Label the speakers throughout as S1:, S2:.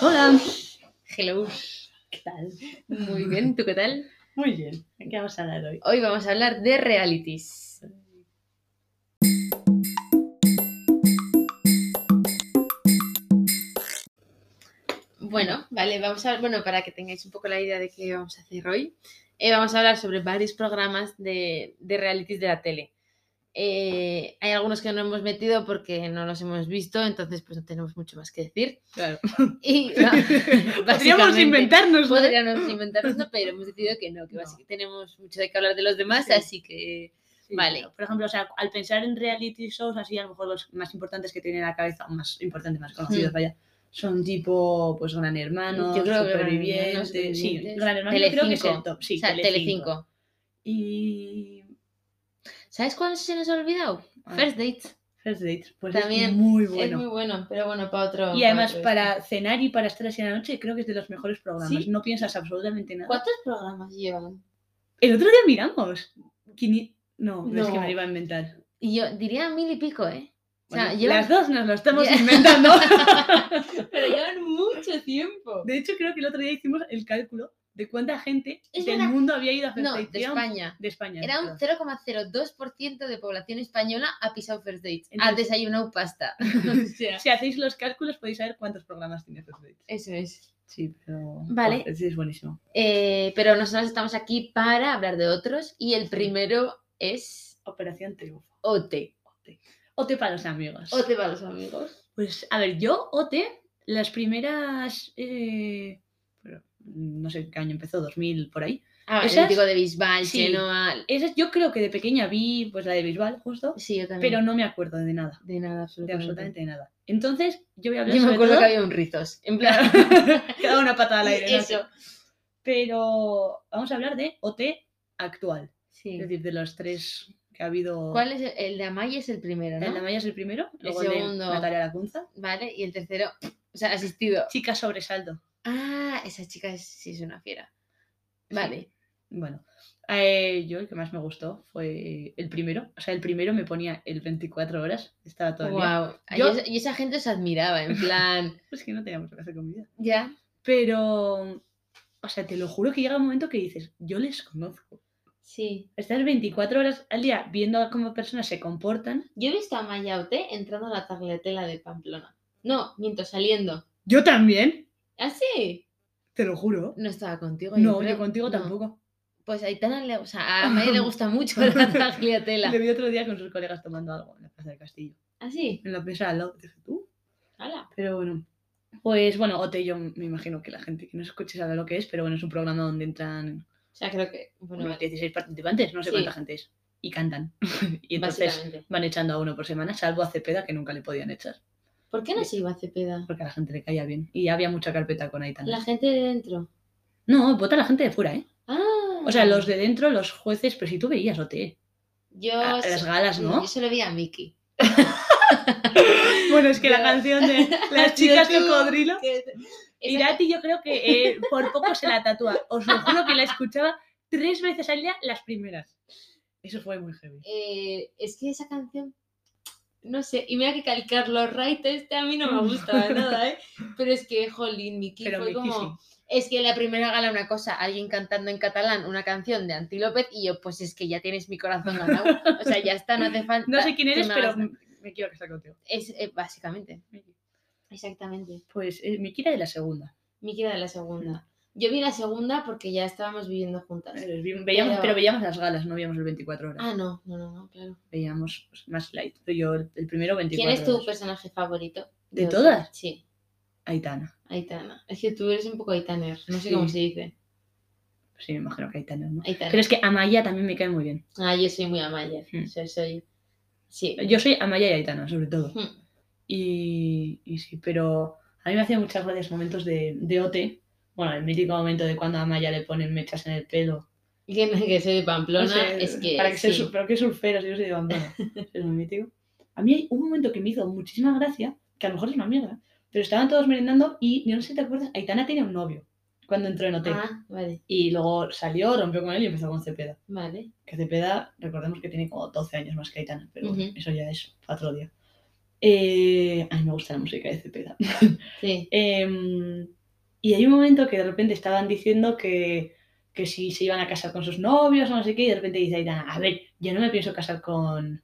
S1: Hola.
S2: Hello. ¿Qué tal? Muy bien, ¿tú qué tal?
S1: Muy bien. ¿De qué vamos a hablar hoy?
S2: Hoy vamos a hablar de realities. Bueno, vale, vamos a bueno, para que tengáis un poco la idea de qué vamos a hacer hoy, eh, vamos a hablar sobre varios programas de, de realities de la tele. Eh, hay algunos que no hemos metido porque no los hemos visto, entonces pues no tenemos mucho más que decir.
S1: Claro.
S2: Y no,
S1: Podríamos
S2: básicamente,
S1: inventarnos. ¿no?
S2: Pues Podríamos inventarnos, no, pero hemos decidido que no, que
S1: No.
S2: básicamente tenemos mucho de qué hablar de los demás,
S1: Sí.
S2: así que
S1: Sí,
S2: Vale.
S1: pero, Por ejemplo, o sea, al pensar en reality shows, así a lo mejor los más importantes que tiene en la cabeza, o más importantes, más conocidos,
S2: Mm.
S1: vaya, son tipo, pues Gran Hermano,
S2: Yo creo que Gran
S1: Supervivientes.
S2: Hermano,
S1: sí,
S2: Supervivientes.
S1: Gran Hermano yo creo que es el
S2: Telecinco.
S1: top. Sí,
S2: o sea, Telecinco.
S1: Y
S2: ¿Sabes cuál se nos ha olvidado?
S1: Ah.
S2: First Date.
S1: First Date, pues
S2: También
S1: También es muy
S2: Es
S1: bueno.
S2: muy bueno, pero bueno, para otro.
S1: Y además
S2: otro
S1: para cenar y para estar así en la noche creo que es de los mejores programas.
S2: ¿Sí?
S1: No piensas absolutamente
S2: día.
S1: nada.
S2: ¿Cuántos programas llevan?
S1: El otro día miramos. Quini- No, no, es que
S2: No.
S1: me lo iba a inventar.
S2: Y yo diría mil y pico, ¿eh? O sea,
S1: Bueno,
S2: llevan-
S1: Las dos nos lo estamos
S2: Ya.
S1: inventando.
S2: pero llevan mucho tiempo.
S1: De hecho, creo que el otro día hicimos el cálculo de cuánta gente
S2: Es
S1: del
S2: verdad.
S1: mundo había ido a First
S2: No,
S1: Date.
S2: de
S1: Era un-
S2: España.
S1: de España,
S2: Era un
S1: perdón.
S2: 0,02% de población española ha pisado First Date. Ha
S1: Entonces-
S2: desayunado pasta. O sea,
S1: Si hacéis los cálculos podéis saber cuántos programas tiene First Date.
S2: eso es.
S1: Sí, pero...
S2: Vale.
S1: Buah, sí, es buenísimo.
S2: Eh, pero nosotros estamos aquí para hablar de otros y el primero es
S1: Operación Triunfo.
S2: OT.
S1: OT para los amigos.
S2: OT para los amigos.
S1: Pues, a ver, yo, OT, las primeras... eh, pero, no sé qué año empezó, 2000, por ahí.
S2: Ah, el
S1: ¿Esas?
S2: mítico de Bisbal,
S1: Sí.
S2: Chenoa.
S1: Esas yo creo que de pequeña vi pues la de Bisbal, justo,
S2: Sí, yo también.
S1: pero no me acuerdo de nada.
S2: de nada,
S1: De
S2: absolutamente.
S1: absolutamente de nada. Entonces, yo voy a hablar
S2: Yo me
S1: sobre
S2: acuerdo
S1: todo-
S2: que había un rizos. En plan,
S1: que daba una patada al aire. no sé.
S2: eso.
S1: Pero vamos a hablar de OT actual.
S2: Sí.
S1: Es decir, de los tres que ha habido.
S2: ¿Cuál es el, el de Amaya es el primero,
S1: El de
S2: no?
S1: Amaya es el primero, luego
S2: segundo.
S1: el de Natalia Lacunza.
S2: Vale, y el tercero, o sea, asistido.
S1: Chica sobresalto.
S2: Ah, esa chica es- sí es una fiera. Vale.
S1: Bueno, eh, yo el que más me gustó fue el primero. O sea, el primero me ponía el 24 horas, estaba todo el día.
S2: Wow.
S1: Yo-
S2: Y, esa, y esa gente os admiraba, en plan.
S1: Pues que no teníamos lo que hacer con mi vida.
S2: ya.
S1: Pero, o sea, te lo juro que llega un momento que dices, yo les conozco.
S2: Sí.
S1: Estás 24 horas al día viendo cómo personas se comportan.
S2: Yo he visto a Maya Ote entrando a la tarletela de Pamplona. No, miento, saliendo.
S1: Yo también,
S2: ¿Ah, sí?
S1: te lo juro.
S2: No estaba contigo.
S1: No,
S2: creo.
S1: yo contigo
S2: No.
S1: tampoco.
S2: Pues a Aitana le, o sea, a Maya le gusta mucho la tarletela.
S1: Le vi otro día con sus colegas tomando algo en la Plaza del Castillo.
S2: ¿Ah, sí?
S1: En la mesa al lado. Dije, tú.
S2: Hala.
S1: Pero bueno. Pues bueno, Ote, yo me imagino que la gente que nos escuche sabe lo que es, pero bueno, es un programa donde entran
S2: O sea, creo que. Bueno,
S1: unos 16 participantes, no sé
S2: Sí.
S1: cuánta gente es, y cantan. y entonces
S2: básicamente.
S1: van echando a uno por semana, salvo a Cepeda, que nunca le podían echar,
S2: ¿Por qué no se iba a Cepeda?
S1: porque a la gente le caía bien. Y había mucha carpeta con Aitana.
S2: La gente de dentro.
S1: No, vota la gente de fuera, ¿eh?
S2: Ah.
S1: O sea, los de dentro, los jueces, pero si tú veías OT,
S2: Yo.
S1: a, a
S2: se-
S1: las galas, Ah, ¿no?
S2: Yo solo vi a Mickey.
S1: Bueno, es que la
S2: Yo-
S1: canción de las chicas
S2: Yo tú,
S1: cocodrilo.
S2: que- esa-
S1: Y Irati yo creo que eh, por poco se la tatúa. Os lo juro que la escuchaba tres veces al día las primeras. Eso fue muy heavy.
S2: eh, es que esa canción. No sé, y mira que el Carlos Wright este a mí no me gustaba nada, ¿eh? Pero es que, jolín, Mickey
S1: Mm. Pero
S2: fue
S1: Miki
S2: como. Es que en la primera gala una cosa, alguien cantando en catalán una canción de Anti López y yo, pues es que ya tienes mi corazón ganado. O sea, ya está, no hace
S1: sí.
S2: falta.
S1: No sé quién
S2: que
S1: eres,
S2: me
S1: pero
S2: hagas nada.
S1: me quiero casar contigo.
S2: Es, eh, básicamente, exactamente.
S1: Pues eh, mi Kira de la segunda.
S2: Miki era de la segunda. Yo vi la segunda porque ya estábamos viviendo juntas.
S1: Eh, vi- Veíamos,
S2: Pero-
S1: pero veíamos las galas, no veíamos el 24 horas.
S2: Ah, no, no, no, no, claro.
S1: Veíamos pues, más light. Pero yo el, el primero 24
S2: ¿Quién es tu
S1: horas.
S2: personaje favorito?
S1: ¿De
S2: Yo-
S1: todas?
S2: Sí,
S1: Aitana.
S2: Aitana. Es que tú eres un poco Aitaner, no sé
S1: Sí.
S2: cómo se dice.
S1: Sí, me imagino que Aitana, ¿no? Pero
S2: Aitaner.
S1: es que Amaya también me cae muy bien.
S2: Ah, yo soy muy Amaya.
S1: Hmm.
S2: Soy, soy... Sí.
S1: Yo soy Amaya y Aitana, sobre todo.
S2: Hmm.
S1: Y, y sí, pero a mí me hacían muchas gracias momentos de, de OT. Bueno, el mítico momento de cuando a Maya le ponen mechas en el pelo.
S2: Que, que soy de
S1: No
S2: Pamplona,
S1: sé,
S2: es que...
S1: Para que
S2: sí.
S1: se, pero qué surfero, si yo soy de Bandana. es muy mítico. A mí hay un momento que me hizo muchísima gracia, que a lo mejor es una mierda, pero estaban todos merendando y yo no sé si te acuerdas, Aitana tenía un novio cuando entró en OT.
S2: Ah, vale,
S1: Y luego salió, rompió con él y empezó con Cepeda.
S2: vale.
S1: Que Cepeda, recordemos que tiene como 12 años más que Aitana, pero bueno,
S2: Ujú.
S1: eso ya es para otro día. Eh, a mí me gusta la música de Cepeda.
S2: Sí.
S1: Em, y hay un momento que de repente estaban diciendo que, que si se iban a casar con sus novios o no sé qué, y de repente dice Aitana, a ver, yo no me pienso casar con...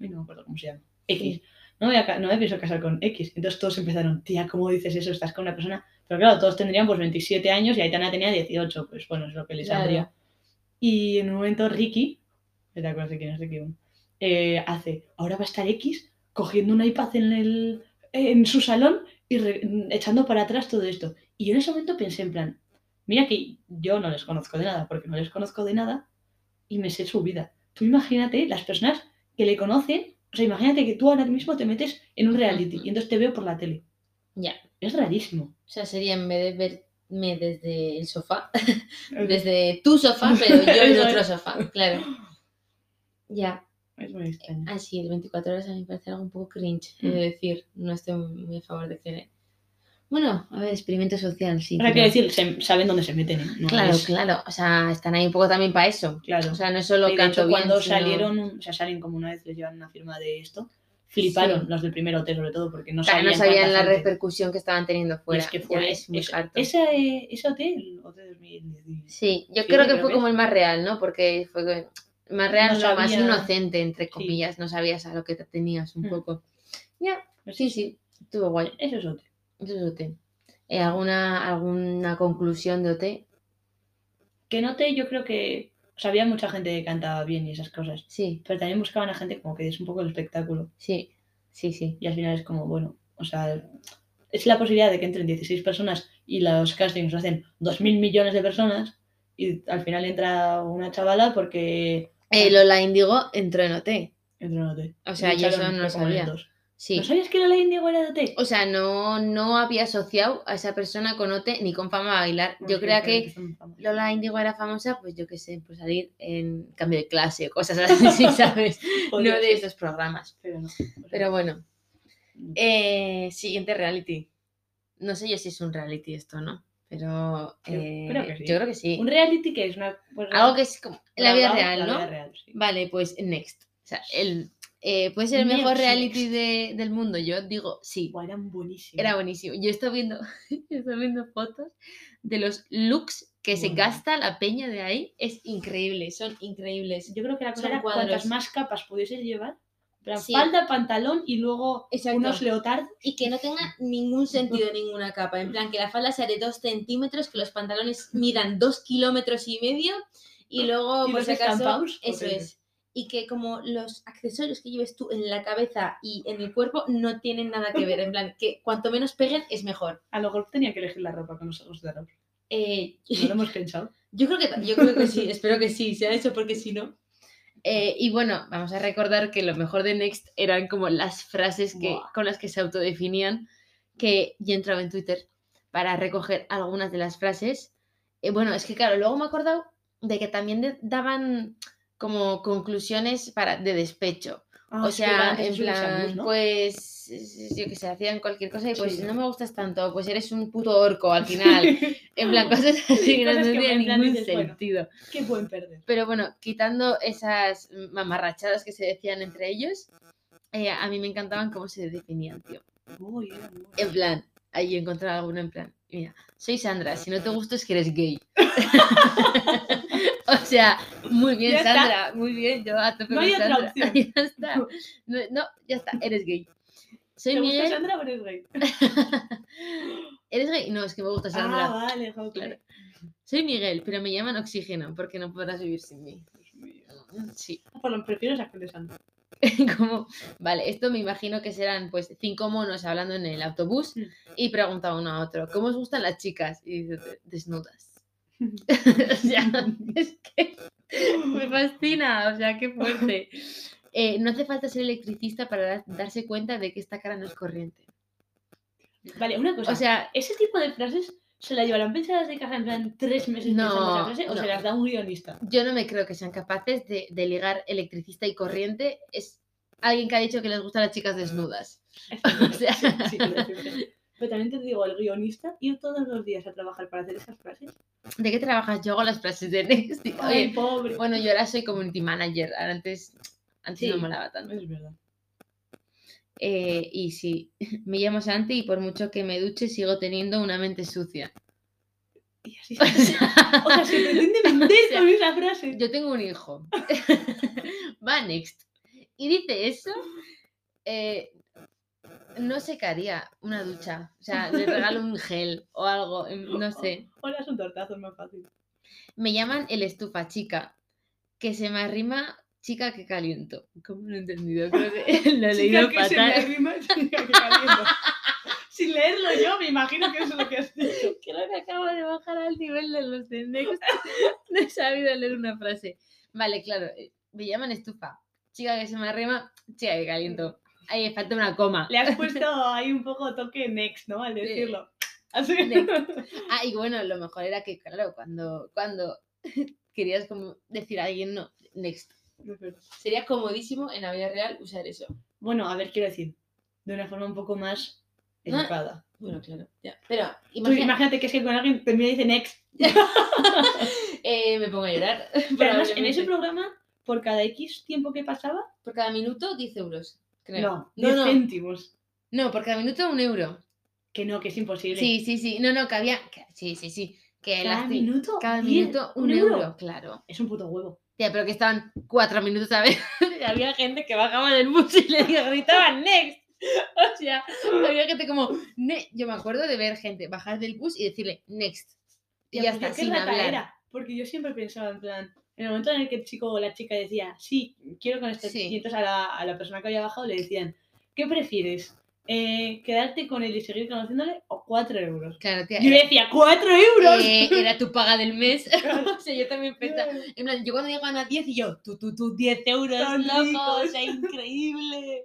S1: Ay, no me acuerdo cómo se llama. X. No, me voy a ca- no me pienso casar con X. Entonces todos empezaron, tía, ¿cómo dices eso? Estás con una persona... Pero claro, todos tendrían pues 27 años y Aitana tenía 18, pues bueno, es lo que les
S2: Claro.
S1: saldría. Y en un momento Ricky, ¿te acuerdas de quién es Ricky? Bueno, eh, hace, ahora va a estar X cogiendo un iPad en, el, en su salón y re- echando para atrás todo esto. Y yo en ese momento pensé en plan, mira que yo no les conozco de nada, porque no les conozco de nada y me sé su vida. Tú imagínate las personas que le conocen, o sea, imagínate que tú ahora mismo te metes en un reality y entonces te veo por la tele.
S2: Ya.
S1: Es rarísimo.
S2: O sea, sería en vez de verme desde el sofá, desde tu sofá, pero yo en
S1: Eso
S2: otro
S1: es.
S2: sofá, claro. Ya,
S1: Es muy extraño.
S2: así el 24 horas a mí me parece algo un poco cringe, he de
S1: Hmm.
S2: decir, no estoy muy a favor de que... Bueno, a ver, experimento social, sí.
S1: Ahora
S2: pero-
S1: quiero decir, se- saben dónde se meten. ¿eh? No
S2: Claro,
S1: es-
S2: claro, o sea, están ahí un poco también para eso.
S1: claro.
S2: O sea, no es solo
S1: Y de
S2: canto
S1: hecho,
S2: bien,
S1: cuando
S2: sino-
S1: salieron, o sea, salen como una vez les llevan una firma de esto, fliparon
S2: Sí.
S1: los del primer hotel, sobre todo, porque no
S2: Claro,
S1: sabían,
S2: no sabían
S1: cuánta
S2: la
S1: gente.
S2: repercusión que estaban teniendo
S1: Y
S2: fuera.
S1: Es que
S2: ya
S1: fue
S2: es muy
S1: es-
S2: harto.
S1: ese, eh, ese hotel, o de 2010.
S2: Sí, yo
S1: Sí,
S2: creo que
S1: creo
S2: fue
S1: que
S2: como
S1: es.
S2: el más real, ¿no? Porque fue que- más real,
S1: No
S2: o sea, más
S1: sabía-
S2: inocente, entre comillas, no sabías a lo que te tenías un
S1: Mm.
S2: poco. Ya, sí, sí, estuvo guay.
S1: Eso es hotel.
S2: Eso es OT. Eh, ¿alguna, ¿Alguna conclusión de OT?
S1: Que noté, yo creo que. O sea, había mucha gente que cantaba bien y esas cosas.
S2: Sí,
S1: Pero también buscaban a gente como que es un poco el espectáculo.
S2: sí, sí, sí.
S1: Y al final es como, bueno, o sea, es la posibilidad de que entren 16 personas y los castings lo hacen 2.000 millones de personas y al final entra una chavala porque
S2: Eh, Lola Indigo entró en OT.
S1: entra un hotel.
S2: O sea,
S1: Y
S2: yo
S1: echaron
S2: eso no lo
S1: como en el
S2: sabía.
S1: dos.
S2: Sí.
S1: ¿No sabías que era la Indigo era de OT?
S2: O sea, no, no había asociado a esa persona con OT ni con Fama Bailar.
S1: Bueno,
S2: Yo
S1: sí,
S2: creía
S1: pero
S2: que
S1: son famosos.
S2: Lola Indigo era famosa, pues yo qué sé, por salir en cambio de clase o cosas así, ¿sabes? no
S1: Podría
S2: de
S1: ser,
S2: esos programas.
S1: Pero no. O sea,
S2: Pero bueno.
S1: no.
S2: Eh, siguiente reality. No sé yo si es un reality esto, ¿no? Pero
S1: Yo
S2: eh,
S1: creo que sí.
S2: yo creo que sí.
S1: Un reality que es una. pues,
S2: Algo que es como la vida
S1: grabado,
S2: real,
S1: La
S2: ¿no?
S1: vida real, sí.
S2: Vale, pues next. O sea, el, eh, puede ser el mejor
S1: Next,
S2: reality de- del mundo. Yo digo sí.
S1: Buah, eran buenísimos.
S2: Era buenísimo. Yo estoy viendo, estoy viendo fotos de los looks que se
S1: Bueno.
S2: gasta la peña de ahí. Es increíble, son increíbles.
S1: Yo creo que la cosa
S2: Son
S1: era
S2: cuadros.
S1: cuantas más capas pudieses llevar. en plan,
S2: Sí.
S1: Falda, pantalón y luego
S2: Exacto.
S1: unos leotardos.
S2: Y que no tenga ningún sentido ninguna capa. En plan, que la falda sea de 2 centímetros, que los pantalones midan 2 kilómetros y medio Ah, y luego,
S1: Y
S2: por
S1: los
S2: si acaso,
S1: estampados,
S2: eso
S1: horrible.
S2: es. Y que como los accesorios que lleves tú en la cabeza y en el cuerpo no tienen nada que ver. En plan, que cuanto menos peguen es mejor.
S1: A lo mejor tenía que elegir la ropa con los ojos de Arrow.
S2: Eh,
S1: No lo hemos pensado.
S2: Yo creo que, ta- yo creo que sí, espero que sí, se ha hecho porque si no. Eh, y bueno, vamos a recordar que lo mejor de Next eran como las frases que,
S1: Buah.
S2: con las que se autodefinían, que yo entraba en Twitter para recoger algunas de las frases. Eh, bueno, es que claro, luego me he acordado de que también de- daban como conclusiones para, de despecho.
S1: Ah,
S2: o
S1: sí, pero
S2: sea,
S1: antes
S2: en
S1: es un
S2: plan,
S1: examen, ¿no?
S2: pues, yo que sé, hacían cualquier cosa y pues
S1: Sí.
S2: no me gustas tanto, pues eres un puto orco al final. En plan, cosas así que no
S1: Ah. cosas que en
S2: tendrían
S1: plan
S2: ningún
S1: dices, bueno.
S2: sentido.
S1: Qué buen perder.
S2: Pero bueno, quitando esas mamarrachadas que se decían entre ellos, eh, a mí me encantaban cómo se definían, tío.
S1: Uy, era muy bueno.
S2: En plan, ahí yo encontraba alguno en plan, mira, soy Sandra, si no te gusto es que eres gay. o sea, muy bien,
S1: Ya está.
S2: Sandra, muy bien, yo a tope
S1: No
S2: con
S1: hay otra
S2: Sandra.
S1: opción.
S2: Ya está. No, no, ya está, eres gay. Soy
S1: ¿Te gusta
S2: Miguel,
S1: Sandra o eres gay?
S2: eres gay. No, es que me gusta Pues Sandra.
S1: Ah, vale, joder.
S2: Claro. Soy Miguel, pero me llaman oxígeno porque no podrás vivir sin mí.
S1: Dios mío.
S2: Sí,
S1: Por Ah, pues lo prefiero esa que de Sandra.
S2: como, vale, esto me imagino que serán pues cinco monos hablando en el autobús
S1: Mm.
S2: y pregunta uno a otro, ¿cómo os gustan las chicas? Y dice, "De- desnudas. o sea, es que me fascina, o sea, qué fuerte. Eh, no hace falta ser electricista para dar- darse cuenta de que esta cara no es corriente.
S1: Vale, una cosa.
S2: O sea,
S1: ese tipo de frases se las llevarán pensadas de casa en plan tres meses
S2: No,
S1: pensando esa frase o
S2: no.
S1: se las da un guionista.
S2: Yo no me creo que sean capaces de, de ligar electricista y corriente. Es alguien que ha dicho que les gustan las chicas desnudas. O sea-
S1: Sí, sí, sí. Pero también te digo, el guionista ir todos los días a trabajar para hacer esas frases.
S2: ¿De qué trabajas? Yo hago las frases de Next. Y,
S1: Ay,
S2: oye,
S1: pobre.
S2: bueno, yo ahora soy community manager. Ahora antes, antes no
S1: Sí.
S2: molaba tanto.
S1: Es verdad.
S2: Eh, y sí, me llamo Santi y por mucho que me duche sigo teniendo una mente sucia.
S1: Y así se... o sea, se pretende vender
S2: o sea,
S1: con esa frase.
S2: Yo tengo un hijo. Va next. Y dice eso. eh, no sé qué haría una ducha. O sea, le regalo un gel o algo. em, No sé.
S1: Hola, es un tortazo, es más fácil.
S2: Me llaman el estufa chica. Que se me arrima chica que caliento. ¿Cómo no he entendido? Creo que lo he leído
S1: Chica que se me
S2: fatal.
S1: arrima, chica que caliento. Sin leerlo yo, me imagino que eso es lo que has dicho.
S2: Creo que acabo de bajar al nivel de los de Next. No he sabido leer una frase. Vale, claro. eh, Me llaman estufa. Chica que se me arrima, chica que caliento. Ahí falta una coma.
S1: Le has puesto ahí un poco toque next, ¿no? Al
S2: Sí.
S1: decirlo. Así.
S2: Next. Ah, y bueno, lo mejor era que, claro, cuando, cuando querías como decir a alguien no, next. Sería comodísimo en la vida real usar eso.
S1: Bueno, a ver, quiero decir, de una forma un poco más
S2: No,
S1: educada.
S2: Bueno, claro. Ya. Pero
S1: Tú
S2: imagina,
S1: imagínate que es que con alguien termina y dice next.
S2: eh, me pongo a llorar.
S1: Pero además, en
S2: probablemente.
S1: ese programa, por cada X tiempo que pasaba,
S2: por cada minuto 10 euros, creo.
S1: no,
S2: no,
S1: 10
S2: no,
S1: céntimos.
S2: no, por cada minuto un euro.
S1: Que no, que es imposible.
S2: Sí, sí, sí. No, no, que había. que- sí, sí, sí. Que
S1: cada
S2: las-
S1: minuto.
S2: cada
S1: 10,
S2: minuto un euro. claro.
S1: Es un puto huevo.
S2: Tía, pero que estaban cuatro minutos a ver. había gente que bajaba del bus y le gritaba next. O sea, había gente como. "Ne-". Yo me acuerdo de ver gente bajar del bus y decirle next. Y
S1: Tío,
S2: ya
S1: pues
S2: está,
S1: yo qué
S2: sin
S1: rata
S2: hablar.
S1: era, porque yo siempre pensaba en plan, en el momento en el que el chico o la chica decía, sí, quiero con este,
S2: Sí.
S1: y entonces a la, a la persona que había bajado le decían, ¿qué prefieres? Eh, ¿Quedarte con él y seguir conociéndole o 4 euros?
S2: Claro, tía.
S1: Yo le decía, ¡4 euros!
S2: eh, era tu paga del mes.
S1: Claro.
S2: o sea, yo también pensaba.
S1: Dios,
S2: En plan, yo cuando llegaban a 10 y yo, tú, tú, tú, 10 euros,
S1: Tan
S2: loco, o
S1: ricos.
S2: sea, increíble.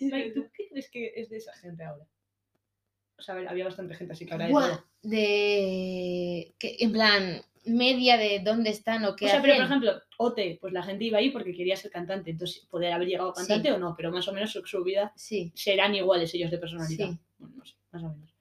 S1: Mike, ¿Tú qué crees que es de esa gente ahora? O sea, a ver, había bastante gente así que ahora hay
S2: Buah,
S1: todo.
S2: de que, en plan media de dónde están o qué
S1: O sea, pero por
S2: hacen.
S1: ejemplo, Ote, pues la gente iba ahí porque quería ser cantante, entonces poder haber llegado cantante
S2: Sí.
S1: o no, pero más o menos su, su vida
S2: sí,
S1: serán iguales ellos de personalidad.
S2: sí.
S1: Bueno, no sé, más o menos.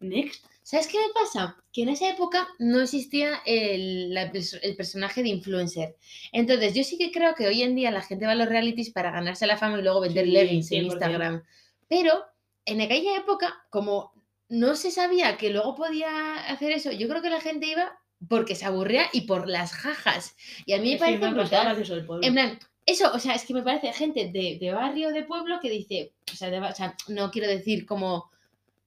S1: Next.
S2: ¿Sabes qué me pasa? Que en esa época no existía el, la pers- el personaje de influencer. Entonces, yo sí que creo que hoy en día la gente va a los realities para ganarse la fama y luego vender
S1: Sí,
S2: leggings en
S1: 100%.
S2: Instagram. Pero en aquella época, como no se sabía que luego podía hacer eso, yo creo que la gente iba porque se aburría y por las jajas. Y a mí me
S1: Sí,
S2: parece
S1: me ha pasado
S2: brutal.
S1: gracioso del pueblo.
S2: En plan, eso, o sea, es que me parece gente de, de barrio, de pueblo, que dice, o sea, de ba- o sea, no quiero decir como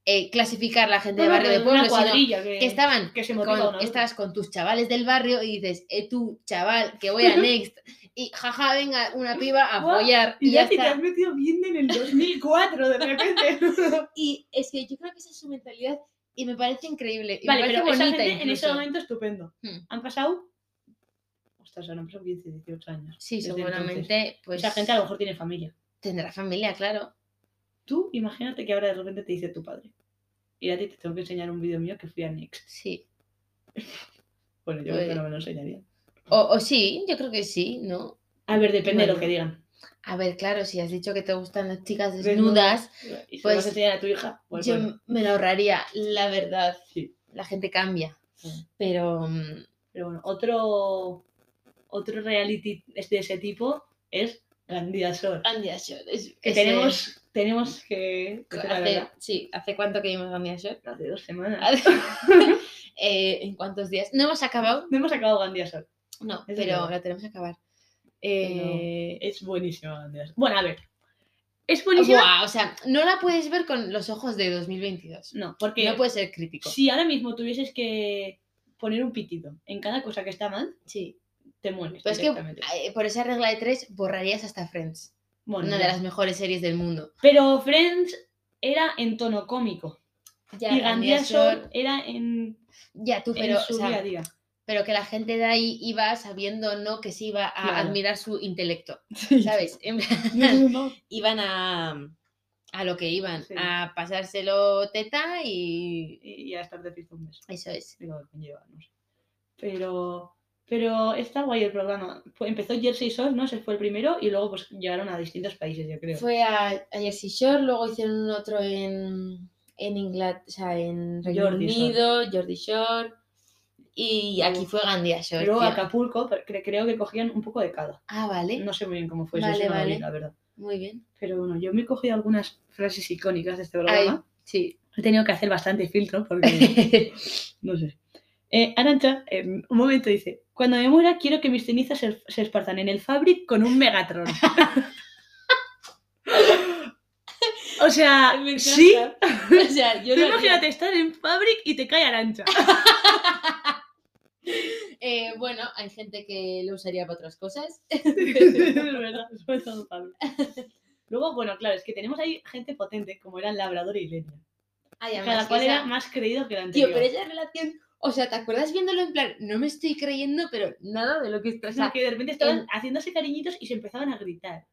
S2: eh, clasificar la gente de
S1: No, no,
S2: barrio, de
S1: pero
S2: pueblo,
S1: una
S2: sino
S1: cuadrilla eh, que,
S2: que estaban
S1: que se motiva una a
S2: con,
S1: otra.
S2: estabas con tus chavales del barrio y dices, eh, tú, chaval, que voy a Next, y jaja, venga, una piba a
S1: Guau,
S2: follar, y
S1: Y
S2: ya
S1: ya te
S2: está.
S1: has metido bien en el 2004 de repente.
S2: Y es que yo creo que esa es su mentalidad y me parece increíble. y me
S1: vale,
S2: parece
S1: pero esa
S2: bonita
S1: gente en ese
S2: incluso.
S1: momento estupendo.
S2: Hmm.
S1: Han pasado... Ostras, ahora han pasado 15, 18 años.
S2: Sí,
S1: desde entonces.
S2: seguramente, pues
S1: Esa gente a lo mejor tiene familia.
S2: tendrá familia, claro.
S1: Tú imagínate que ahora de repente te dice tu padre. Y a ti te tengo que enseñar un vídeo mío que fui a Next.
S2: Sí.
S1: Bueno, yo
S2: Pues
S1: creo que no me lo enseñaría.
S2: O, o sí, yo creo que sí, ¿no?
S1: A ver, depende de
S2: Bueno.
S1: lo que digan.
S2: A ver, claro, si has dicho que te gustan las chicas desnudas,
S1: Desnudas. Y si
S2: Pues,
S1: lo vas a enseñar a tu hija, pues
S2: yo
S1: bueno.
S2: me lo ahorraría, la verdad.
S1: Sí.
S2: La gente cambia.
S1: Sí.
S2: Pero mm,
S1: Pero bueno, otro, otro reality es de ese tipo es Gandía Shore.
S2: Andy Ashore es,
S1: Que
S2: es,
S1: tenemos, tenemos que...
S2: eh,
S1: que la
S2: hace,
S1: verdad,
S2: sí, ¿hace cuánto que vimos Andy Ashore?
S1: hace dos semanas.
S2: Hace- eh, ¿En cuántos días? No hemos acabado.
S1: No hemos acabado Gandía Shore.
S2: No,
S1: Es
S2: pero
S1: verdad.
S2: lo tenemos que acabar. Eh,
S1: Es buenísima Gandía Shore. Bueno, a ver. ¿Es buenísima?
S2: buah, o sea, no la puedes ver con los ojos de 2022.
S1: No, porque
S2: No puedes ser crítico.
S1: si ahora mismo tuvieses que poner un pitido en cada cosa que está mal,
S2: Sí.
S1: te mueres
S2: Pero es que
S1: directamente.
S2: eh, por esa regla de tres borrarías hasta Friends.
S1: Bueno,
S2: Una de
S1: ya.
S2: las mejores series del mundo.
S1: Pero Friends era en tono cómico.
S2: Ya,
S1: y Gandía Shore era en,
S2: Ya, tú,
S1: en
S2: pero,
S1: su
S2: o sea,
S1: día a día.
S2: pero que la gente de ahí iba sabiendo, ¿no? Que se iba a
S1: Claro.
S2: admirar su intelecto,
S1: Sí.
S2: ¿sabes? En
S1: No,
S2: plan,
S1: no, no.
S2: iban a, a lo que iban,
S1: Sí.
S2: a pasárselo teta y...
S1: y y a estar de piso un mes.
S2: Eso es.
S1: Digo, me lleva, no sé. Pero, pero está guay el programa. Fue- empezó Jersey Shore, ¿no? Ese fue el primero y luego pues llegaron a distintos países, yo creo.
S2: Fue a, a Jersey Shore, luego hicieron otro en, en Inglaterra, o sea, en Reino
S1: Jordi Shore.
S2: Unido, Jordi Shore, y aquí fue Gandía Shore.
S1: Luego
S2: tía.
S1: Acapulco, pero cre- creo que cogían un poco de cada.
S2: Ah, vale.
S1: No sé muy bien cómo fue
S2: Vale,
S1: eso, sí, no lo vi,
S2: vale.
S1: la verdad.
S2: Muy bien.
S1: Pero bueno, yo me he cogido algunas frases icónicas de este
S2: Ahí,
S1: programa.
S2: sí.
S1: He tenido que hacer bastante filtro porque no sé. Eh, Arancha, en un momento dice: Cuando me muera, quiero que mis cenizas se, se esparzan en el fabric con un Megatron. o sea,
S2: Me
S1: sí.
S2: encanta. o sea, yo
S1: Tú
S2: lo haría.
S1: imagínate estar en fabric y te cae Arancha.
S2: Eh, bueno, hay gente que lo usaría para otras cosas.
S1: es verdad, sobre todo Pablo. Luego, bueno, claro, es que tenemos ahí gente potente, como eran Labrador y Leña.
S2: Ay, además
S1: Cada
S2: que
S1: cual
S2: esa-
S1: era más creído que la
S2: Tío,
S1: anterior.
S2: pero esa relación, o sea, ¿te acuerdas viéndolo en plan, no me estoy creyendo, pero nada de lo que está, o
S1: O sea,
S2: sea,
S1: que de repente estaban haciéndose cariñitos y se empezaban a gritar.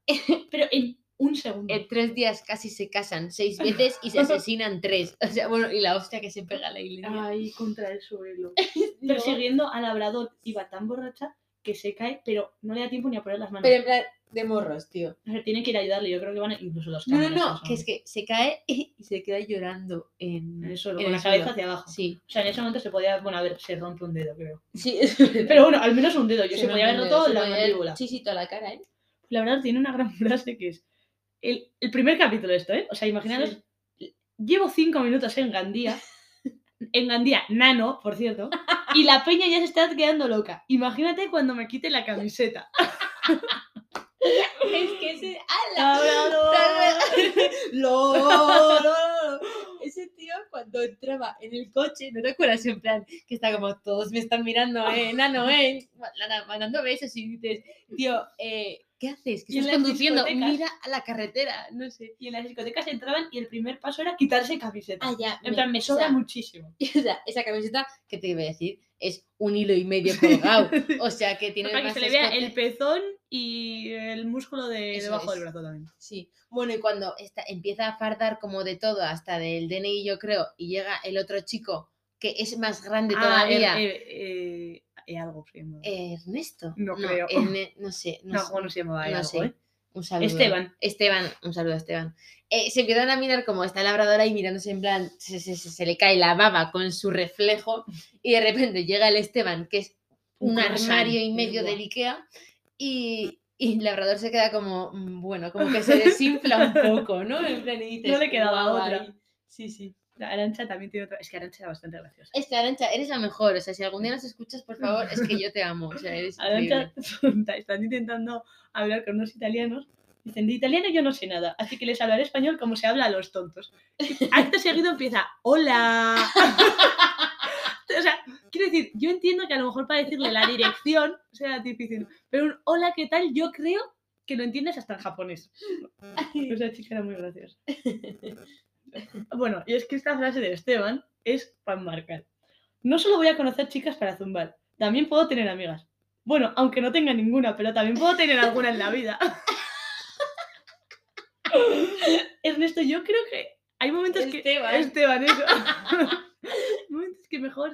S1: Pero en un segundo.
S2: en tres días casi se casan seis veces y se asesinan tres, o sea, bueno, y la hostia que se pega a la iglesia.
S1: Ahí contra el suelo. Persiguiendo al labrador, iba tan borracha que se cae, pero no le da tiempo ni a poner las manos.
S2: Pero en plan, de morros, tío.
S1: O sea, tienen que ir a ayudarle. Yo creo que van incluso los
S2: No, no,
S1: cámaras,
S2: no,
S1: esos
S2: que es
S1: hombres.
S2: que se cae y se queda llorando en,
S1: En el suelo,
S2: en
S1: con
S2: el
S1: la cabeza
S2: suelo.
S1: hacia abajo.
S2: Sí,
S1: O sea, en ese momento se podía. Bueno, a ver, se rompe un dedo, creo.
S2: sí.
S1: Pero bueno, al menos un dedo. Yo se,
S2: me
S1: podía haber
S2: entiende,
S1: roto
S2: se
S1: la
S2: podía haber-
S1: mandíbula.
S2: Sí, sí, toda la cara, ¿eh?
S1: La verdad, tiene una gran frase que es. El, el primer capítulo de esto, ¿eh? O sea, imaginaros. Llevo cinco minutos en Gandía. En Gandía, nano, por cierto. Y la peña ya se está quedando loca. Imagínate cuando me quite la camiseta.
S2: Es que ese.
S1: Ah,
S2: ¡Hala!
S1: Labrador.
S2: ¡Lo! lo, lo. Ese tío cuando entraba en el coche, ¿no te acuerdas? En plan, que está como, todos me están mirando, ¿eh? Nano, ¿eh? Nana, Mandando besos y dices, tío, eh, ¿qué haces?
S1: Y
S2: ¿Qué
S1: en
S2: estás
S1: las
S2: conduciendo?
S1: discotecas.
S2: Mira a la carretera, no sé.
S1: Y en las discotecas entraban y el primer paso era quitarse camiseta.
S2: Ah, ya.
S1: en plan, me
S2: o
S1: sobra
S2: sea,
S1: muchísimo.
S2: o sea, esa camiseta, que te voy a decir? Es un hilo y medio colgado. O sea, que tiene
S1: Para que
S2: más
S1: se le vea
S2: escote.
S1: el pezón y el músculo de
S2: Eso es.
S1: debajo del brazo también.
S2: Sí, bueno, y cuando está, empieza a fardar como de todo, hasta del DNI, yo creo, y llega el otro chico que es más grande
S1: Ah, er-
S2: todavía,
S1: er- eh, eh, algo se llamaba.
S2: Ernesto.
S1: No creo.
S2: Erne- no sé, no,
S1: no,
S2: sé.
S1: bueno, se llamaba
S2: no
S1: algo,
S2: sé.
S1: ¿eh?
S2: Un saludo.
S1: Esteban.
S2: Esteban, un saludo a Esteban. Eh, se empiezan a mirar como está labradora y mirándose en plan, se, se- se- se le cae la baba con su reflejo y de repente llega el Esteban, que es un,
S1: Un croissant,
S2: armario y
S1: un
S2: medio del
S1: guau.
S2: Ikea y, y el labrador se queda como, mm, bueno, como que se desinfla un poco, ¿no? En plan, y dices,
S1: No le quedaba
S2: "Guay".
S1: otra.
S2: Sí, sí.
S1: La Arancha también tiene otra. Es que Arancha era bastante graciosa.
S2: Es que Arancha, eres la mejor. O sea, si algún día nos escuchas, por favor, es que yo te amo. O sea, eres
S1: Arancha
S2: increíble.
S1: están intentando hablar con unos italianos. Dicen, de italiano yo no sé nada, así que les hablaré español como se habla a los tontos. Acto seguido empieza, hola. o sea, quiero decir, yo entiendo que a lo mejor para decirle la dirección sea difícil, pero un hola, ¿qué tal? Yo creo que lo entiendes hasta en japonés. O sea, chica era muy graciosa. Bueno, y es que esta frase de Esteban es para marcar. No solo voy a conocer chicas para zumbar, también puedo tener amigas. Bueno, aunque no tenga ninguna, pero también puedo tener alguna en la vida. Ernesto, yo creo que hay momentos
S2: Esteban.
S1: que... Esteban, eso. momentos que mejor...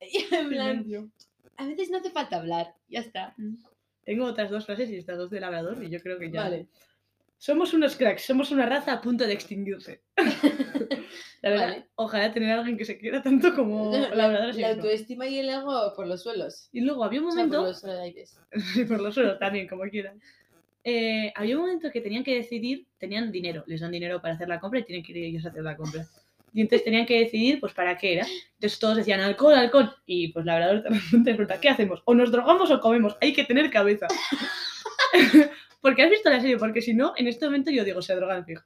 S2: Y en plan,
S1: silencio.
S2: a veces no hace falta hablar. Ya está.
S1: Tengo otras dos frases y estas dos de labrador y yo creo que ya...
S2: Vale.
S1: Somos unos cracks, somos una raza a punto de extinguirse. La verdad,
S2: Vale.
S1: ojalá tener a alguien que se quiera tanto como
S2: No,
S1: la verdad.
S2: La autoestima y el ego por los suelos.
S1: Y luego había un
S2: O sea, por
S1: momento,
S2: los aires.
S1: sí, por los suelos también, como quieran. Eh, había un momento que tenían que decidir, tenían dinero, les dan dinero para hacer la compra y tienen que ir ellos a hacer la compra. Y entonces tenían que decidir, pues, para qué era. Entonces todos decían alcohol, alcohol. Y pues, Labrador te pregunta, ¿qué hacemos? ¿O nos drogamos o comemos? Hay que tener cabeza. Porque has visto la serie, porque si no, en este momento yo digo, se drogan fijo.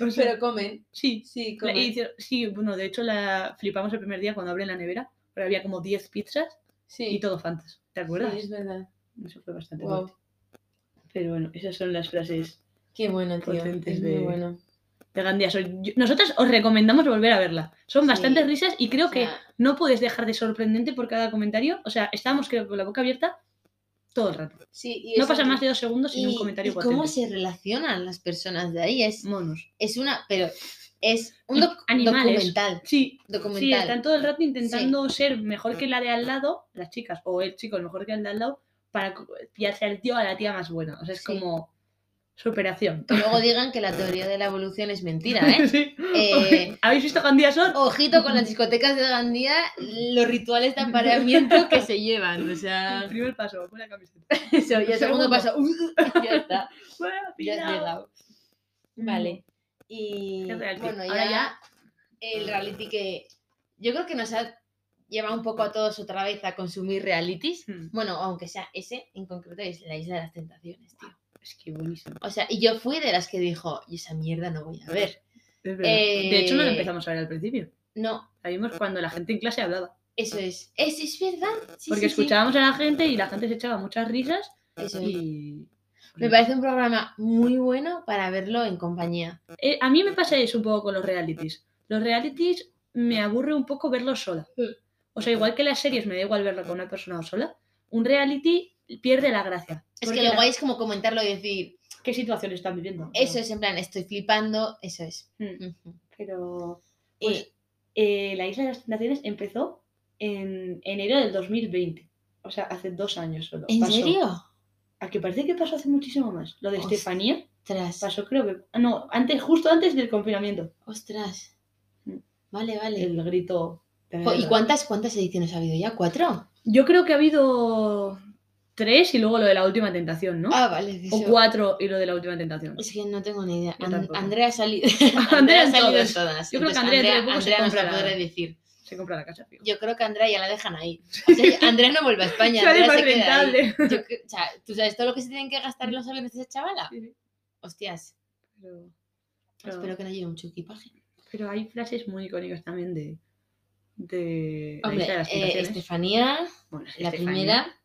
S1: O sea,
S2: Pero comen.
S1: sí,
S2: Sí,
S1: La-
S2: comen.
S1: y dice- sí, bueno, de hecho la flipamos el primer día cuando abren la nevera, pero había como 10 pizzas
S2: sí.
S1: y todo fantas. ¿Te acuerdas?
S2: Sí, es verdad.
S1: Eso fue bastante
S2: Wow.
S1: fuerte. Pero bueno, esas son las frases
S2: Qué bueno, tío.
S1: Potentes
S2: Es
S1: de-
S2: muy bueno.
S1: de Gandía. Son- yo- Nosotras os recomendamos volver a verla. Son
S2: Sí.
S1: bastantes risas y creo
S2: O
S1: que
S2: sea,
S1: no puedes dejar de sorprendente por cada comentario. O sea, estábamos creo con la boca abierta todo el rato.
S2: sí, y
S1: No
S2: eso-
S1: pasa más de dos segundos sin
S2: y-
S1: un comentario
S2: ¿Y cómo se
S1: potente.
S2: relacionan las personas de ahí? Es,
S1: Monos.
S2: es una. Pero es un
S1: Y
S2: doc-
S1: animales.
S2: documental.
S1: Sí, Sí,
S2: Documental.
S1: están todo el rato intentando ser mejor que la de al lado, las chicas, o el chico mejor que el de al lado, para co- pillarse al tío o a la tía más buena. O sea, es
S2: Sí.
S1: como Superación.
S2: Que luego digan que la teoría de la evolución es mentira, ¿eh?
S1: Sí.
S2: Eh,
S1: ¿Habéis visto Gandía Sor?
S2: Ojito con las discotecas de Gandía, los rituales de apareamiento que se llevan. O sea,
S1: El primer paso, con la camiseta.
S2: eso, y el segundo
S1: Segundo.
S2: paso, uh, ya está,
S1: Bueno,
S2: ya has
S1: pillado.
S2: llegado.
S1: Mm.
S2: Vale. Y
S1: El reality.
S2: bueno,
S1: Ahora
S2: ya,
S1: ya-
S2: el reality que yo creo que nos ha llevado un poco a todos otra vez a consumir realities.
S1: Hmm.
S2: Bueno, aunque sea ese en concreto es la isla de las tentaciones, tío.
S1: Es que buenísimo.
S2: O sea, y yo fui de las que dijo, y esa mierda no voy a ver.
S1: Es verdad. De hecho, no lo
S2: Eh,
S1: empezamos a ver al principio.
S2: No,
S1: La vimos cuando la gente en clase hablaba.
S2: eso es. Es, es verdad. Sí,
S1: Porque
S2: sí, sí.
S1: escuchábamos a la gente y la gente se echaba muchas risas
S2: Eso es.
S1: y...
S2: Me parece un programa muy bueno para verlo en compañía.
S1: Eh, a mí me pasa eso un poco con los realities. Los realities me aburre un poco verlos sola.
S2: Sí.
S1: O sea, igual que las series me da igual verlo con una persona o sola, un reality pierde la gracia.
S2: Es
S1: Porque
S2: que lo
S1: la-
S2: guay es como comentarlo y decir,
S1: ¿Qué situación están viviendo?
S2: eso es en plan, estoy flipando, eso es.
S1: Hmm.
S2: Ujú.
S1: Pero
S2: Y-
S1: Pues- eh, la Isla de las Tentaciones empezó en enero del 2020. O sea, hace dos años solo.
S2: ¿En
S1: pasó.
S2: serio?
S1: A que parece que pasó hace muchísimo más. Lo de
S2: Hostia.
S1: Estefanía
S2: Tras.
S1: pasó creo que... ah, No, antes, justo antes del confinamiento.
S2: Ostras.
S1: Mm.
S2: Vale, vale.
S1: El grito... de
S2: Jo, Pues, ¿Y
S1: guerra.
S2: cuántas, cuántas ediciones ha habido ya? ¿Cuatro?
S1: Yo creo que ha habido tres y luego lo de la última tentación, ¿no?
S2: Ah, Pues vale.
S1: o
S2: eso-
S1: cuatro y lo de la última tentación.
S2: Es que no tengo ni idea.
S1: Yo
S2: An-
S1: tampoco.
S2: Andrea ha salido.
S1: Andrea
S2: ha
S1: en
S2: salido en
S1: todas.
S2: todas.
S1: Yo creo que
S2: Entonces,
S1: Andrea dentro de poco se
S2: Andrea nos la
S1: compra-
S2: podrá decir.
S1: Se compra la casa, fijo.
S2: Yo creo que a Andrea ya la dejan ahí. O sea, Andrea no vuelve a España.
S1: Sale
S2: Andrea
S1: más
S2: se queda ahí.
S1: rentable.
S2: Yo cre- o sea, ¿tú sabes todo lo que se tienen que gastar en los aviones de esa chavala?
S1: Sí, sí.
S2: Hostias.
S1: Pero,
S2: Espero
S1: pero,
S2: que no lleve mucho equipaje.
S1: pero hay frases muy icónicas también de, de la
S2: Hombre,
S1: lista de las
S2: eh,
S1: tentaciones.
S2: Estefanía,
S1: Bueno, es
S2: la
S1: Estefanía.
S2: primera.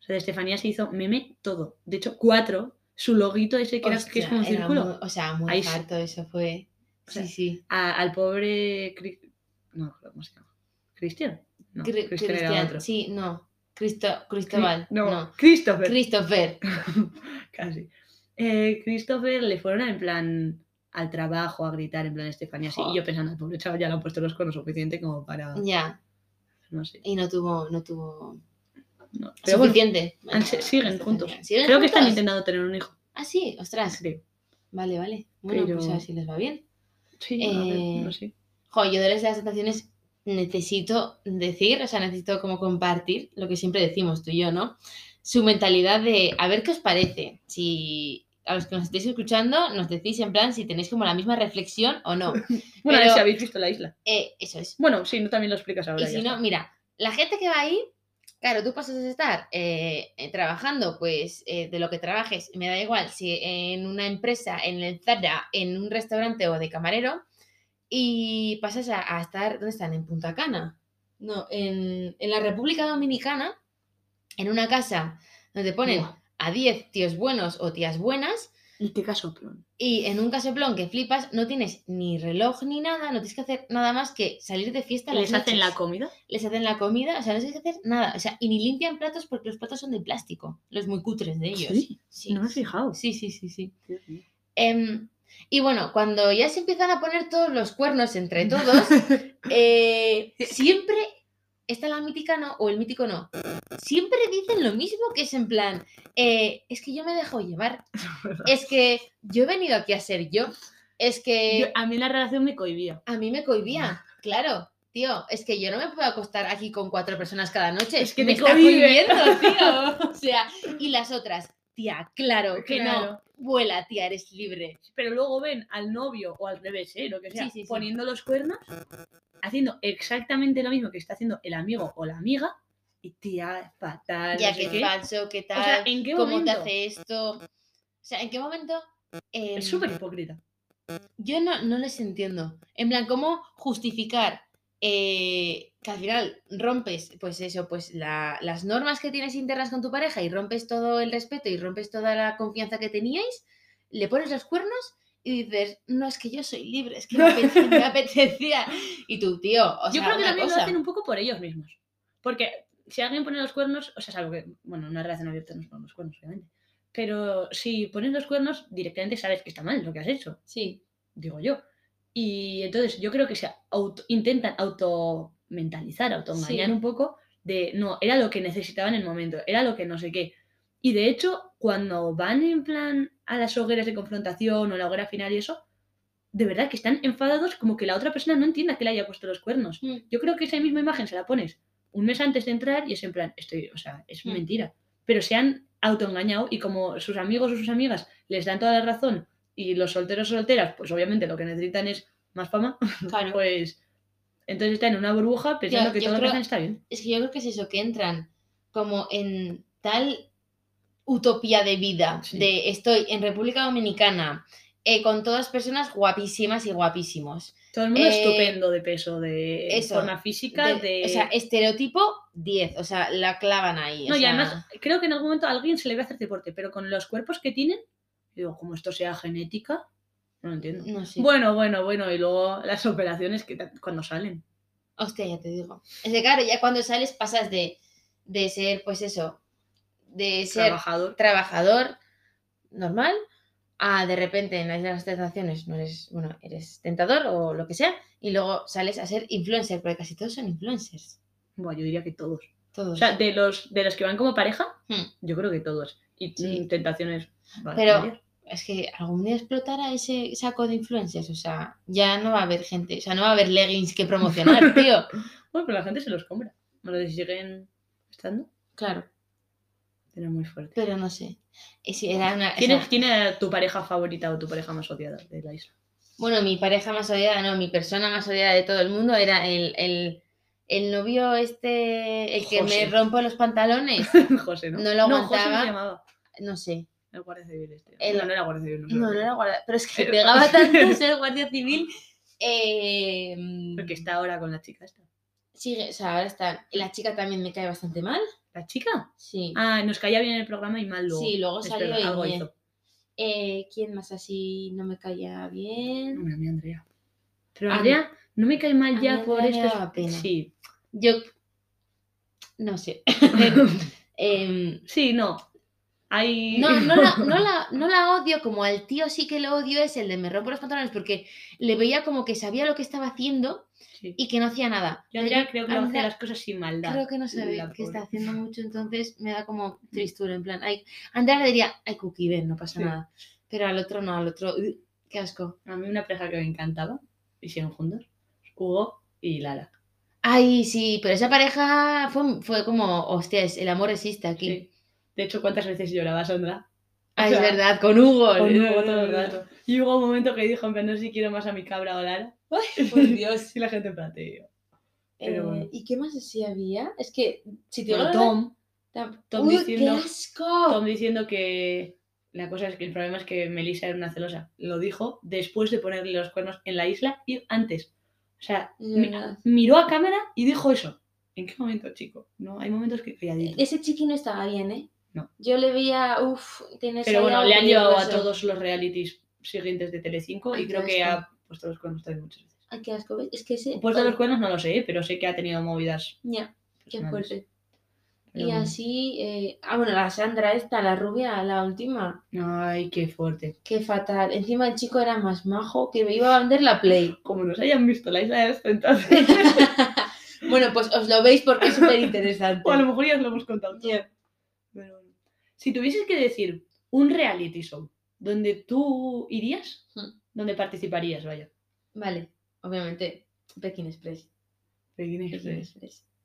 S1: O sea, de Estefanía se hizo meme todo. De hecho, cuatro, su loguito ese que, era, que es como un
S2: Hostia, era
S1: círculo.
S2: muy- o sea, muy
S1: Ahí se-
S2: harto eso fue.
S1: O sea,
S2: Sí, sí.
S1: A- al pobre... Cri- No, me acuerdo ¿cómo se llama? ¿Cristian? No,
S2: Cri-
S1: Cristian era
S2: Cristian,
S1: otro.
S2: sí, no. Cristo, Cristóbal,
S1: no,
S2: no.
S1: Christopher.
S2: Christopher.
S1: Casi. Eh, Christopher le fueron en plan al trabajo a gritar en plan Estefanía así. Y yo pensando, al pobre chaval ya le han puesto los conos suficiente como para.
S2: Ya.
S1: No sé.
S2: Y no tuvo, no tuvo
S1: no. Pero bueno,
S2: suficiente.
S1: han- se- siguen
S2: Estefanía.
S1: juntos.
S2: ¿Siguen
S1: Creo que están
S2: juntos?
S1: intentando tener un hijo.
S2: Ah, sí, ostras.
S1: Creo.
S2: Vale, vale. Bueno,
S1: Pero-
S2: pues a ver si les va bien.
S1: Sí, a ver,
S2: Eh,
S1: no sé.
S2: Jo, yo de las sensaciones necesito decir, o sea, necesito como compartir lo que siempre decimos tú y yo, ¿no? Su mentalidad de, a ver qué os parece, si a los que nos estéis escuchando nos decís en plan si tenéis como la misma reflexión o no.
S1: Bueno, a ver
S2: pero-
S1: si habéis visto la isla.
S2: Eh, eso es.
S1: Bueno, sí, no también lo explicas ahora.
S2: Y
S1: ya
S2: si no,
S1: está.
S2: mira, la gente que va ahí, claro, tú pasas de estar eh, eh, trabajando, pues eh, de lo que trabajes, me da igual si en una empresa, en el Zara, en un restaurante o de camarero, y pasas a, a estar, ¿dónde están? En Punta Cana. No, en, en la República Dominicana, en una casa donde te ponen
S1: Buah.
S2: a 10 tíos buenos o tías buenas,
S1: ¿Y qué caso, Plon?
S2: y este en un casoplón que flipas, no tienes ni reloj ni nada, no tienes que hacer nada más que salir de fiesta. a las
S1: ¿Les hacen
S2: noches
S1: la comida?
S2: les hacen la comida, o sea, no tienes que hacer nada, o sea, y ni limpian platos porque los platos son de plástico, los muy cutres de ellos.
S1: Sí,
S2: sí,
S1: no me he fijado.
S2: sí, sí, sí. sí.
S1: Dios mío.
S2: Em, y bueno, cuando ya se empiezan a poner todos los cuernos entre todos, eh, siempre está la mítica no, o el mítico no. Siempre dicen lo mismo que es en plan, eh, es que yo me dejo llevar, es que yo he venido aquí a ser yo, es que...
S1: Yo- a mí la relación me cohibía.
S2: A mí me cohibía,
S1: Mm.
S2: claro. Tío, es que yo no me puedo acostar aquí con cuatro personas cada noche.
S1: Es que
S2: me
S1: te
S2: está
S1: cohibe.
S2: cohibiendo, tío. O sea, y las otras, tía, claro que no.
S1: Claro.
S2: Vuela, tía, eres libre.
S1: Pero luego ven al novio o al revés, ¿eh? lo que sea,
S2: Sí, sí, sí.
S1: poniendo los cuernos, haciendo exactamente lo mismo que está haciendo el amigo o la amiga, y tía, fatal.
S2: ya
S1: no sé
S2: que
S1: qué.
S2: es falso, qué tal,
S1: O sea, ¿en qué
S2: cómo
S1: momento?
S2: te hace esto. O sea, ¿en qué momento? Em,
S1: Es súper hipócrita.
S2: Yo no, no les entiendo. En plan, ¿cómo justificar eh, que al final rompes, pues eso, pues la- las normas que tienes internas con tu pareja y rompes todo el respeto y rompes toda la confianza que teníais, le pones los cuernos y dices, no, es que yo soy libre, es que me apetecía. me apetecía". Y tú, tío, o
S1: Yo
S2: sea,
S1: creo que
S2: una
S1: también lo
S2: cosa.
S1: hacen un poco por ellos mismos. Porque si alguien pone los cuernos, o sea, salvo que, bueno, en una relación abierta no se ponen los cuernos, obviamente. Pero si pones los cuernos, directamente sabes que está mal lo que has hecho,
S2: Sí,
S1: digo yo. Y entonces yo creo que se auto- intentan automentalizar, autoengañar
S2: Sí.
S1: un poco de, no, era lo que necesitaba en el momento, era lo que no sé qué. Y de hecho, cuando van en plan a las hogueras de confrontación o la hoguera final y eso, de verdad que están enfadados como que la otra persona no entienda que le haya puesto los cuernos.
S2: Mm.
S1: Yo creo que esa misma imagen se la pones un mes antes de entrar y es en plan, estoy, o sea, es
S2: Mm.
S1: mentira. Pero se han autoengañado y como sus amigos o sus amigas les dan toda la razón y los solteros o solteras, pues obviamente lo que necesitan es más fama,
S2: Claro.
S1: pues entonces están en una burbuja pensando
S2: Yo-
S1: que
S2: yo
S1: todo lo que
S2: creo-
S1: hacen está bien.
S2: Es que yo creo que es eso, que entran como en tal utopía de vida,
S1: Sí.
S2: de estoy en República Dominicana, eh, con todas personas guapísimas y guapísimos.
S1: Todo el mundo
S2: Eh,
S1: estupendo de peso, de
S2: eso,
S1: forma física, de...
S2: De- O sea, estereotipo 10, o sea, la clavan ahí. o
S1: No, y
S2: sea,
S1: además creo que en algún momento a alguien se le ve hacer deporte, pero con los cuerpos que tienen, digo, como esto sea genética, no lo entiendo.
S2: No sé.
S1: Bueno, bueno, bueno, y luego las operaciones que ta- cuando salen.
S2: Hostia, ya te digo. Es que claro, ya cuando sales pasas de, de ser, pues eso, de ser
S1: Trabajador.
S2: trabajador normal a de repente en la isla de las tentaciones no eres, bueno, eres tentador o lo que sea, y luego sales a ser influencer, porque casi todos son influencers.
S1: Bueno, yo diría que todos.
S2: Todos.
S1: O sea, de los, de los que van como pareja,
S2: Hmm.
S1: yo creo que todos. Y
S2: Sí.
S1: mm, tentaciones. vale,
S2: Pero-
S1: varias.
S2: Es que algún día explotará ese saco de influencers. O sea, ya no va a haber gente, o sea, no va a haber leggings que promocionar, tío.
S1: Bueno, pero la gente se los compra. No sé si siguen estando,
S2: Claro,
S1: pero es muy fuerte.
S2: pero no sé. Y si era una. o
S1: ¿Quién es,
S2: sea,
S1: quién era tu pareja favorita o tu pareja más odiada de la isla?
S2: Bueno, mi pareja más odiada, no, mi persona más odiada de todo el mundo era el, el, el novio este, el que
S1: José.
S2: me rompo los pantalones.
S1: José, ¿no?
S2: No lo
S1: no, José no
S2: aguantaba.
S1: se llamaba.
S2: No sé.
S1: El guardia civil este.
S2: El-
S1: No, no era guardia civil. No, sé
S2: No,
S1: lo
S2: no
S1: que
S2: era guardia, pero es que
S1: Pero-
S2: pegaba tanto ser guardia civil. eh,
S1: Porque está ahora con la chica esta.
S2: Sigue, o sea, ahora está. La chica también me cae bastante mal.
S1: ¿La chica?
S2: Sí.
S1: Ah, nos caía bien en el programa y mal luego.
S2: sí, luego
S1: Es
S2: salió
S1: verdad,
S2: y
S1: algo
S2: me-
S1: hizo.
S2: eh, ¿Quién más así no me caía bien?
S1: Hombre, a mí Andrea. Pero
S2: A mí-
S1: Andrea no me cae mal
S2: a
S1: ya
S2: mí
S1: por
S2: Andrea me
S1: esto.
S2: daba pena.
S1: Sí.
S2: Yo. No sé. Em,
S1: sí, no. Hay...
S2: No, no la, no, la, no la odio como al tío sí que lo odio es el de me rompo los pantalones porque le veía como que sabía lo que estaba haciendo
S1: Sí.
S2: y que no hacía nada.
S1: Yo Andrea creo que lo hace
S2: Andrea
S1: las cosas sin maldad.
S2: Creo que no sabe
S1: la
S2: que
S1: pobre. Mm.
S2: está haciendo mucho, entonces me da como tristura, en plan, ay, Andrea le diría, ay, Cookie, ven, no pasa
S1: Sí.
S2: nada. Pero al otro no, al otro, "Ugh, qué asco.
S1: A mí una pareja que me encantaba, hicieron juntos, Hugo y Lara.
S2: Ay, sí, pero esa pareja fue, fue como, hostias, el amor existe aquí.
S1: Sí. De hecho, ¿cuántas veces lloraba Sandra?
S2: Ah, es
S1: sea,
S2: verdad, con Hugo. Eh.
S1: Con Hugo todo el rato. Y hubo un momento que dijo, en plan, no sé si quiero más a mi cabra o Lara.
S2: Por Dios.
S1: Y la gente planteó. Pues Pero
S2: Eh,
S1: bueno.
S2: ¿Y qué más así había? Es que, si te digo
S1: Bueno,
S2: la verdad,
S1: Tom...
S2: Tam-
S1: Tom
S2: ¡Uy,
S1: diciendo-
S2: ¡Qué asco!
S1: Tom diciendo que la cosa es que el problema es que Melissa era una celosa. Lo dijo después de ponerle los cuernos en la isla y antes. O sea,
S2: Es
S1: mi-
S2: verdad.
S1: miró a cámara y dijo eso. ¿En qué momento, chico? No, hay momentos que calladito.
S2: Ese chiqui no estaba bien, ¿eh?
S1: No.
S2: Yo le veía, uff, tienes
S1: Pero
S2: ahí
S1: bueno,
S2: algo
S1: le han llevado a
S2: peligroso.
S1: todos los realities siguientes de Telecinco y
S2: Ay,
S1: creo
S2: qué
S1: que
S2: asco.
S1: ha puesto los cuernos también muchas veces.
S2: Ay, qué asco, ¿ves? Es que ese...
S1: Puesto los cuernos no lo sé, ¿eh? pero sé que ha tenido movidas.
S2: Ya, qué
S1: personales.
S2: fuerte.
S1: Pero
S2: Y
S1: bueno.
S2: así... eh, Ah, bueno, la Sandra esta, la rubia, la última.
S1: Ay, qué fuerte.
S2: Qué fatal. Encima el chico era más majo que me iba a vender la Play.
S1: Como nos hayan visto la isla de las tentaciones,
S2: bueno, pues os lo veis porque es súper interesante.
S1: o a lo mejor ya os lo hemos contado. todo.
S2: Ya.
S1: Pero bueno. Si tuvieses que decir un reality show donde tú irías,
S2: Hmm.
S1: donde participarías, vaya.
S2: Vale, obviamente, Pekín Express. Pekín Express.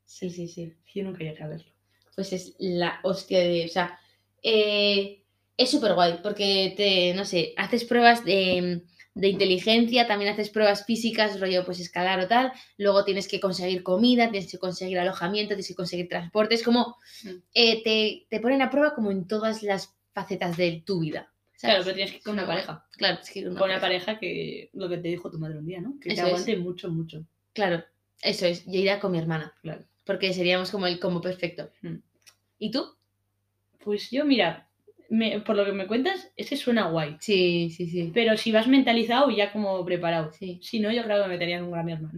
S2: Sí, sí, sí.
S1: Yo nunca llegué a verlo.
S2: pues es la hostia de. O sea, eh, es súper guay porque te, no sé, haces pruebas de, de inteligencia, también haces pruebas físicas, rollo pues escalar o tal. Luego tienes que conseguir comida, tienes que conseguir alojamiento, tienes que conseguir transporte. Es como
S1: Mm.
S2: eh, te, te ponen a prueba como en todas las facetas de tu vida.
S1: Claro,
S2: ¿sabes?
S1: pero tienes que ir con una pareja.
S2: Claro, es que una
S1: Con una
S2: pareja.
S1: pareja que lo que te dijo tu madre un día, ¿no? Que te
S2: Eso es.
S1: aguante mucho, mucho.
S2: Claro, eso es. Yo iría con mi hermana.
S1: Claro.
S2: Porque seríamos como el combo perfecto.
S1: Mm.
S2: ¿Y tú?
S1: Pues yo, mira, me- por lo que me cuentas, ese suena guay.
S2: Sí, sí, sí.
S1: Pero si vas mentalizado y ya como preparado.
S2: Sí.
S1: Si no, yo creo que me metería en un gran hermano.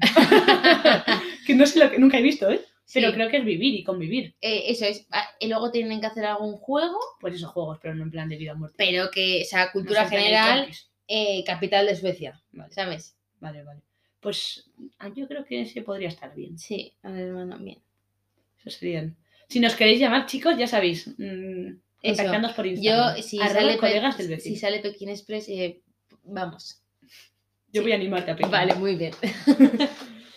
S1: que no sé lo que nunca he visto, ¿eh? Pero
S2: Sí.
S1: creo que es vivir y convivir.
S2: Eh, eso es. ah, Y luego tienen que hacer algún juego,
S1: Pues esos juegos, pero no en plan de vida o muerte.
S2: pero que, o sea,
S1: No
S2: cultura
S1: son tan
S2: general,
S1: compis.
S2: eh, capital de Suecia,
S1: Vale.
S2: ¿sabes?
S1: Vale, vale. Pues ah, yo creo que ese podría estar bien.
S2: Sí, a ver, hermano, bien.
S1: Eso serían. Si nos queréis llamar, chicos, ya sabéis. mm,
S2: Eso.
S1: Contactándonos por Instagram.
S2: Yo, si
S1: Arroba
S2: sale, pues, Pe-
S1: colegas del vecino.
S2: si sale Pekín Express, eh, vamos.
S1: Yo voy a animarte a pedir.
S2: Vale, muy bien.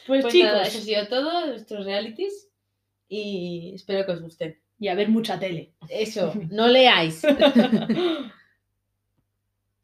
S1: Pues,
S2: Pues
S1: chicos,
S2: nada, eso ha sido todo, nuestros realities. Y espero que os gusten.
S1: y a ver mucha tele.
S2: Eso, no leáis.